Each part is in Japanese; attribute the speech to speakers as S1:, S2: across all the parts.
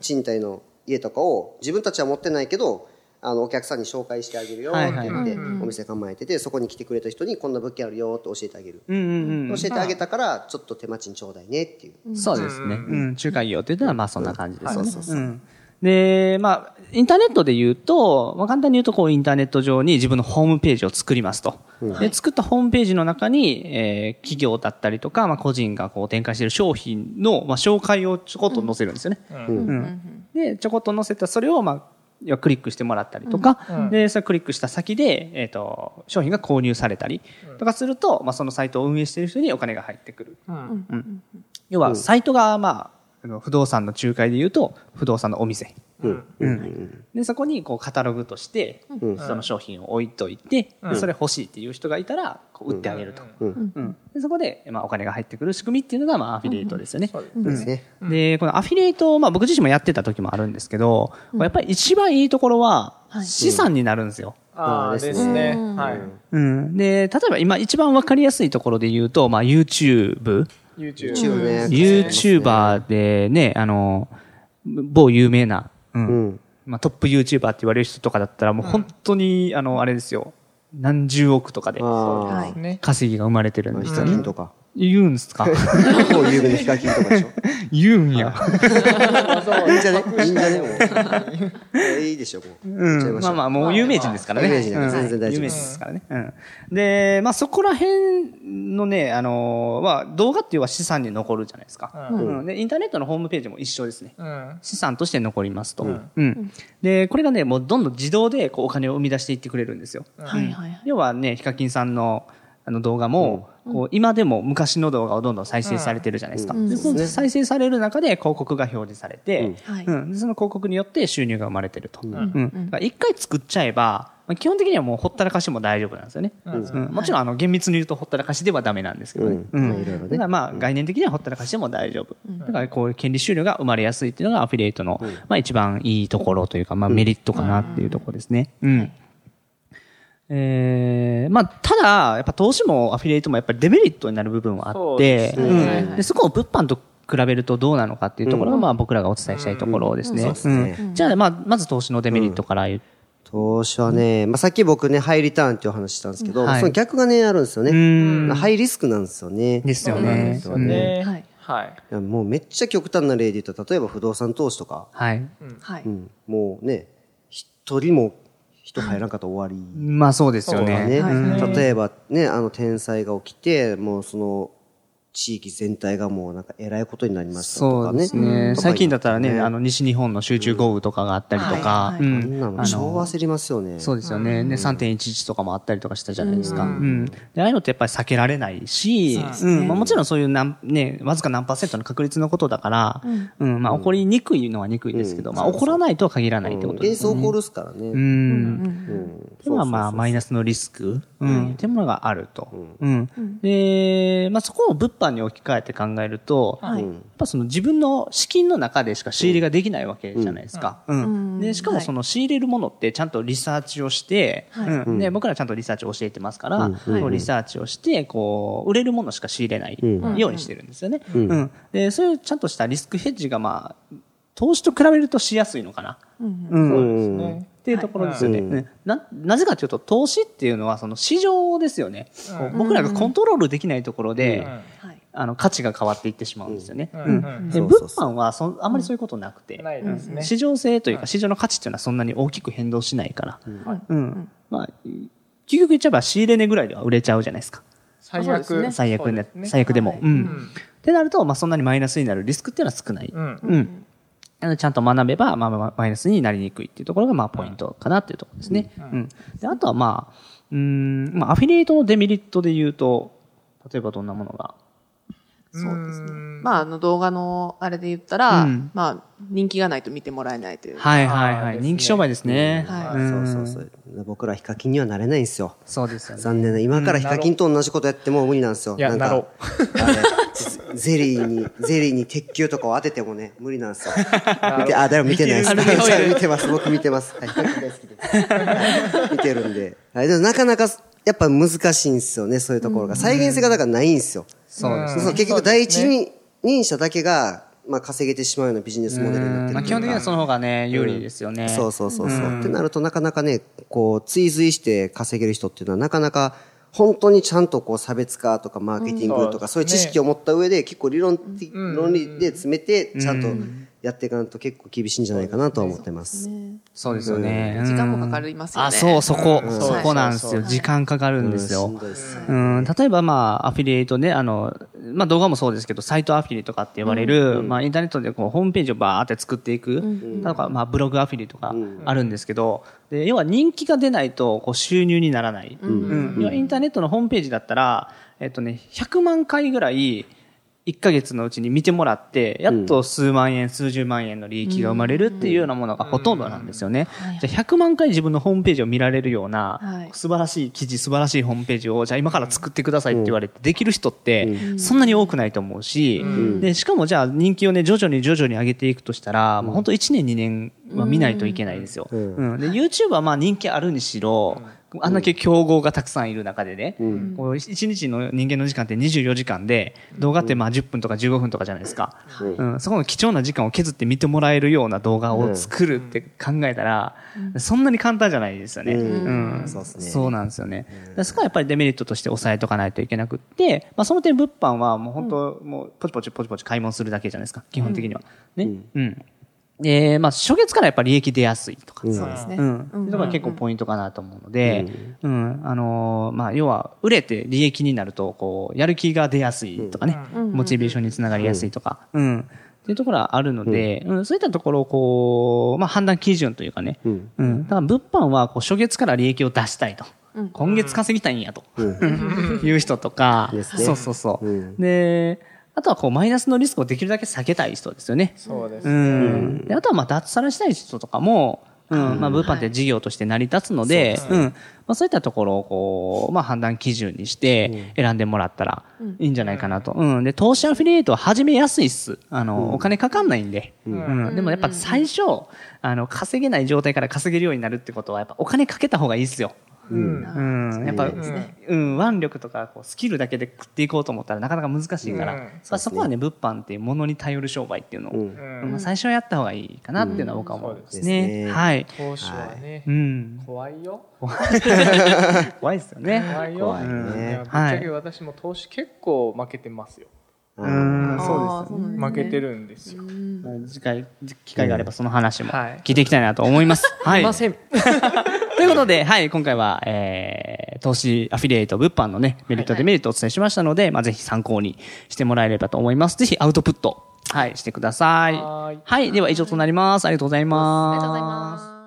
S1: 賃貸の家とかを、自分たちは持ってないけど、あの、お客さんに紹介してあげるよって言って、お店構えてて、そこに来てくれた人にこんな物件あるよって教えてあげる。
S2: うんうん
S1: 教えてあげたから、ちょっと手間賃ちょうだいねっていう。
S2: うん。そうですね。うん、仲介業っていうのはまあそんな感じですよね。
S1: そう
S2: うんで、まあ、インターネットで言うと、まあ簡単に言うと、こう、インターネット上に自分のホームページを作りますと。で、作ったホームページの中に、えー企業だったりとか、まあ、個人がこう、展開している商品の、まあ、紹介をちょこっと載せるんですよね。うんで、ちょこっと載せた、それを、まあ、要はクリックしてもらったりとか、で、それをクリックした先で、えっ、と、商品が購入されたりとかすると、まあ、そのサイトを運営している人にお金が入ってくる。うん要は、サイトが、まあ、あの不動産の仲介で言うと、不動産のお店。うんで、そこに、こう、カタログとして、その商品を置いといて、でそれ欲しいっていう人がいたら、こう売ってあげると。うんでそこで、まあ、お金が入ってくる仕組みっていうのが、まあ、アフィリエイトですよね。
S1: ですね。
S2: で、このアフィリエイトを、まあ僕自身もやってた時もあるんですけど、やっぱり一番いいところは、資産になるんですよ。
S3: ああ、ですね。はい。
S2: うん。で、例えば今一番わかりやすいところで言うと、まあ YouTube、
S3: YouTube。
S1: 一応ね。
S2: YouTuber でね、あの、某有名な、うん
S1: うん。
S2: まあトップ YouTuber って言われる人とかだったら、もう本当に、あの、あれですよ、何十億とかで
S1: ああ、
S4: はい。
S3: ね。
S2: 稼ぎが生まれてるんですよ
S1: 必
S2: ね
S1: 金。とか。
S2: 言うんすか
S1: こう有名なヒカキンとかでしょ。
S2: 言うんや。
S1: いいんじゃねいいんじゃねもう。いいでしょ、もう。
S2: う
S1: 言っちゃい
S2: ん。
S1: し
S2: ま
S1: ょ
S2: あまあ、もう有名人ですからね。
S1: 有名人だから
S2: うん
S1: 全然大丈夫
S2: 有名人ですからね。うん。で、まあそこら辺のね、あのー、まあ動画っていうのは資産に残るじゃないですか。
S3: うん
S2: うん。で、インターネットのホームページも一緒ですね。
S3: うん。
S2: 資産として残りますと。うんん。で、これがね、もうどんどん自動でこうお金を生み出していってくれるんですよ。
S5: はいはいはい。
S2: 要はね、ヒカキンさんのあの動画も、こう今でも昔の動画をどんどん再生されてるじゃないですか。
S5: ん
S2: でその再生される中で広告が表示されて、
S5: うんはい
S2: うんでその広告によって収入が生まれてると。うん
S3: ん
S2: だから一回作っちゃえば、まあ基本的にはもうほったらかしも大丈夫なんですよね。うんもちろんあの厳密に言うとほったらかしではダメなんですけどね。
S1: うん
S2: うん
S1: まあいろいろね
S2: だからまあ概念的にはほったらかしでも大丈夫。だからこういう権利収入が生まれやすいっていうのがアフィリエイトの、まあ一番いいところというか、まあメリットかなっていうところですね。うん。えーまあ、ただ、やっぱ投資もアフィリエイトもやっぱりデメリットになる部分はあって、
S3: そう
S2: う
S3: ですねはい
S2: んでそこを物販と比べるとどうなのかっていうところが、まあ僕らがお伝えしたいところですね。
S1: すね
S2: うんじゃあ、まあ、まず投資のデメリットから言う。
S1: 投資はね、まあ、さっき僕ね、ハイリターンっていう話したんですけど、
S2: はい
S1: その逆がね、あるんですよね。ハイリスクなんですよね。
S2: ですよ
S3: そうなん
S2: ね
S3: で。すよね。
S5: はい
S3: はい。
S1: いやもうめっちゃ極端な例で言うと、例えば不動産投資とか、
S2: はい。
S5: はい
S1: うん、もうね、一人も人入らんかったら終わり。
S2: まあそうですよ
S1: ね
S2: ね。
S3: はい
S1: 例えばね、あの天災が起きて、もうその地域全体がもうなんか偉いことになりましたと
S2: そ
S1: か
S2: うで
S1: ね。
S2: すね。
S1: とか
S2: 最近だったらね、
S1: ね
S2: あの、西日本の集中豪雨とかがあったりとか、
S5: うん
S2: うん
S1: そんな
S2: あ
S1: の
S2: の
S1: 超焦りますよね。
S2: そうですよね。ね、3.11とかもあったりとかしたじゃないですか。うん。で、ああいうのってやっぱり避けられないし、うん。まあもちろんそういうなん、ね、わずか何パーセントの確率のことだから、うん。まあ起こりにくいのはにくいですけど、まあ起こらないとは限らないってこと
S1: で。
S2: ですす。
S1: そう起こるっすからね。う
S2: うんん。で
S1: そう
S2: はまあ、マイナスのリスク、うん、っていうものがあると。うん。で、まあそこを物販に置き換えて考えると、
S5: はい
S2: やっぱその自分の資金の中でしか仕入れができないわけじゃないですか。うん
S5: うん
S2: で、しかもその仕入れるものってちゃんとリサーチをして、
S5: はい
S2: うんで、僕らちゃんとリサーチを教えてますから、こうリサーチをして、こう、売れるものしか仕入れないようにしてるんですよね。うんで、そういうちゃんとしたリスクヘッジがまあ、投資と比べるとしやすいのかな。うん
S3: ね
S2: っていうところですよね。
S1: はい
S2: ねななぜかというと投資っていうのはその市場ですよね、こう僕らがコントロールできないところで、
S5: はい
S2: あの価値が変わっていってしまうんですよね。
S3: うん
S2: うん
S3: うん
S2: で
S1: そう
S2: 物
S1: そうそ
S2: 販はそんあまりそういうことなくて、
S3: ないですね。
S2: 市場性というか市場の価値っていうのはそんなに大きく変動しないから、うんまあ究極言っちゃえば仕入れ値ぐらいでは売れちゃうじゃないですか
S3: 最
S5: そうです
S3: 悪。
S5: ね
S2: 最悪ね
S3: そうですね
S2: 最悪でも、
S5: はい
S2: うんってなると、まあ、そんなにマイナスになるリスクっていうのは少ない、
S3: うん。
S2: うん。なので、ちゃんと学べば、まあまあ、マイナスになりにくいっていうところが、まあ、ポイントかなっていうところですね。うん。で、あとは、まあ、うーん、まあ、アフィリエイトのデメリットで言うと、例えばどんなものが。
S4: そうですね
S3: うん。
S4: まあ、あの動画のあれで言ったら、
S2: うん
S4: まあ、人気がないと見てもらえないという。
S2: はいはい
S3: あー
S2: は
S3: で
S2: い。
S3: すね
S2: 人気商売ですね。
S4: はい
S2: うん
S1: そうそうそう。僕らヒカキンにはなれないんですよ。
S2: そうですよね。
S1: 残念な。今からヒカキンと同じことやっても無理なんですよ。
S3: いや
S1: んか
S3: なろう
S1: あれゼゼリーに、ゼリーに鉄球とかを当ててもね、無理なんですよ。見て、あ、誰も見てないです。
S2: 見 てる
S1: じゃあ見てます。僕見てます。はい、ヒカ キン大好きです。はい見てるんで。はい、でもなかなか、やっぱ難しいんですよね、そういうところが。再現性がだからないんですよ。
S2: そうです
S1: そうそう、結局第一人人者だけが、まあ稼げてしまうようなビジネスモデルになってる
S2: まあ、基本的にはその方がね、有利ですよね。
S1: そうそうそうそう。ってなるとなかなかね、こう、追随して稼げる人っていうのはなかなか、本当にちゃんとこう差別化とかマーケティングとか、
S3: うん
S1: そういう知識を持った上で結構理論的、
S3: ん
S1: 論理で詰めてちゃんとやっていかないと結構厳しいんじゃないかなとは思ってます。
S4: ね
S2: そうですよね。
S4: 時間も
S2: うん
S4: かかりますよね。
S2: あ、そう、そこ、
S3: うん
S2: そこなんで
S3: そ
S2: す
S3: うそう
S2: よ。
S3: そ
S2: 時間かかるんですよ。
S1: しんどいです。
S2: うん、例えばまあ、アフィリエイトね、あの、まあ動画もそうですけど、サイトアフィリとかって呼ばれる、まあインターネットでこうホームページをバーって作っていく、なんかまあブログアフィリとかあるんですけど、で、要は人気が出ないとこう収入にならない。うん要はインターネットのホームページだったら、えっとね、100万回ぐらい、1ヶ月のうちに見てもらって、やっと数万円、数十万円の利益が生まれるっていうようなものがほとんどなんですよね。じゃあ100万回自分のホームページを見られるよう
S4: は、
S2: ない素晴らしい記事、素晴らしいホームページを、じゃあ今から作ってくださいって言われて、できる人って、そんなに多くないと思うし、で、しかもじゃあ人気をね、徐々に徐々に上げていくとしたら、もう本当1年2年は見ないといけないですよ。うんで、YouTube はまあ人気あるにしろ、あんだけ競合がたくさんいる中でね、
S1: うん。
S2: こう一日の人間の時間って24時間で、動画ってまあ10分とか15分とかじゃないですか。
S1: うん
S2: うん、そこの貴重な時間を削って見てもらえるような動画を作るって考えたら、そんなに簡単じゃないですよね。
S1: うん
S2: うん
S1: そうっすね
S2: そうなんですよね。だからそこはやっぱりデメリットとして抑えとかないといけなくって、まあその点物販はもう本当、もうポチポチポチポチ買い物するだけじゃないですか、基本的には。ね。うん。で、まあ初月からやっぱり利益出やすいとか。
S4: そうですね。
S2: うん。
S4: うん
S2: それが結構ポイントかなと思うので、うん。あのー、まあ、要は、売れて利益になると、こう、やる気が出やすいとかね、モチベーションにつながりやすいとか、うん。っていうところはあるので、うん、そういったところを、こう、まあ、判断基準というかね、
S1: ん
S2: うん。だから、物販は、こう、初月から利益を出したいと。今月稼ぎたいんやと。いう人とか、
S1: ですね
S2: そうそうそう。
S1: うん
S2: で、あとは、こう、マイナスのリスクをできるだけ避けたい人ですよね。
S3: そうです
S2: う。ん。であとはまあ脱サラしたい人とかも、うん、まあ物販って事業として成り立つので、うん。まあそういったところをこう、まあ判断基準にして選んでもらったらいいんじゃないかなと。うん。で、投資アフィリエイトは始めやすいっす。あの、お金かかんないんで。うん。でもやっぱ最初、あの、稼げない状態から稼げるようになるってことは、やっぱお金かけた方がいいっすよ。
S3: うん。
S2: うん、やっぱ、うん、腕力とかこうスキルだけで食っていこうと思ったらなかなか難しいから、
S3: うん
S2: まあ、そこはね、物販っていうものに頼る商売っていうのを、
S1: うん
S2: まあ、最初はやった方がいいかなっていうのは僕は思いますね。
S1: うんそうですね
S2: はい。
S3: 投資はね
S2: う、ん。
S3: 怖いよ。
S2: 怖いですよね。
S3: 怖いよ。
S1: 怖いね
S3: いやぶっち
S2: はい
S3: ゃけ私も投資結構負けてますよ。
S2: うん、
S4: あ
S2: そ
S4: ーそうですね
S3: 負けてるんですよ。
S2: うです。次回、機会があればその話も
S3: はい
S2: 聞いていきたいなと思います。 はい。
S3: ん。
S2: ということで、はい、今回は、えー、投資アフィリエイト、物販のね、メリット、デメリットをお伝えしましたので、まあ、ぜひ参考にしてもらえればと思います。ぜひアウトプット、はい、してください。
S3: はーい
S2: はい、では以上となります。ありがとうございます。
S4: ありがとうございます。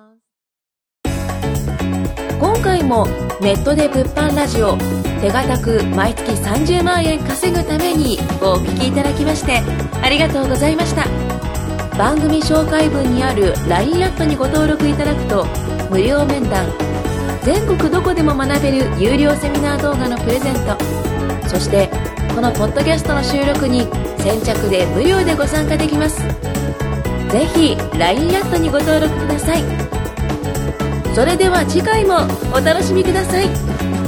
S5: 今回もネットで物販ラジオ手堅く毎月30万円稼ぐためにをお聞きいただきましてありがとうございました番組紹介文にある LINE アットにご登録いただくと無料面談全国どこでも学べる有料セミナー動画のプレゼントそしてこのポッドキャストの収録に先着で無料でご参加できますぜひ LINE アットにご登録くださいそれでは次回もお楽しみください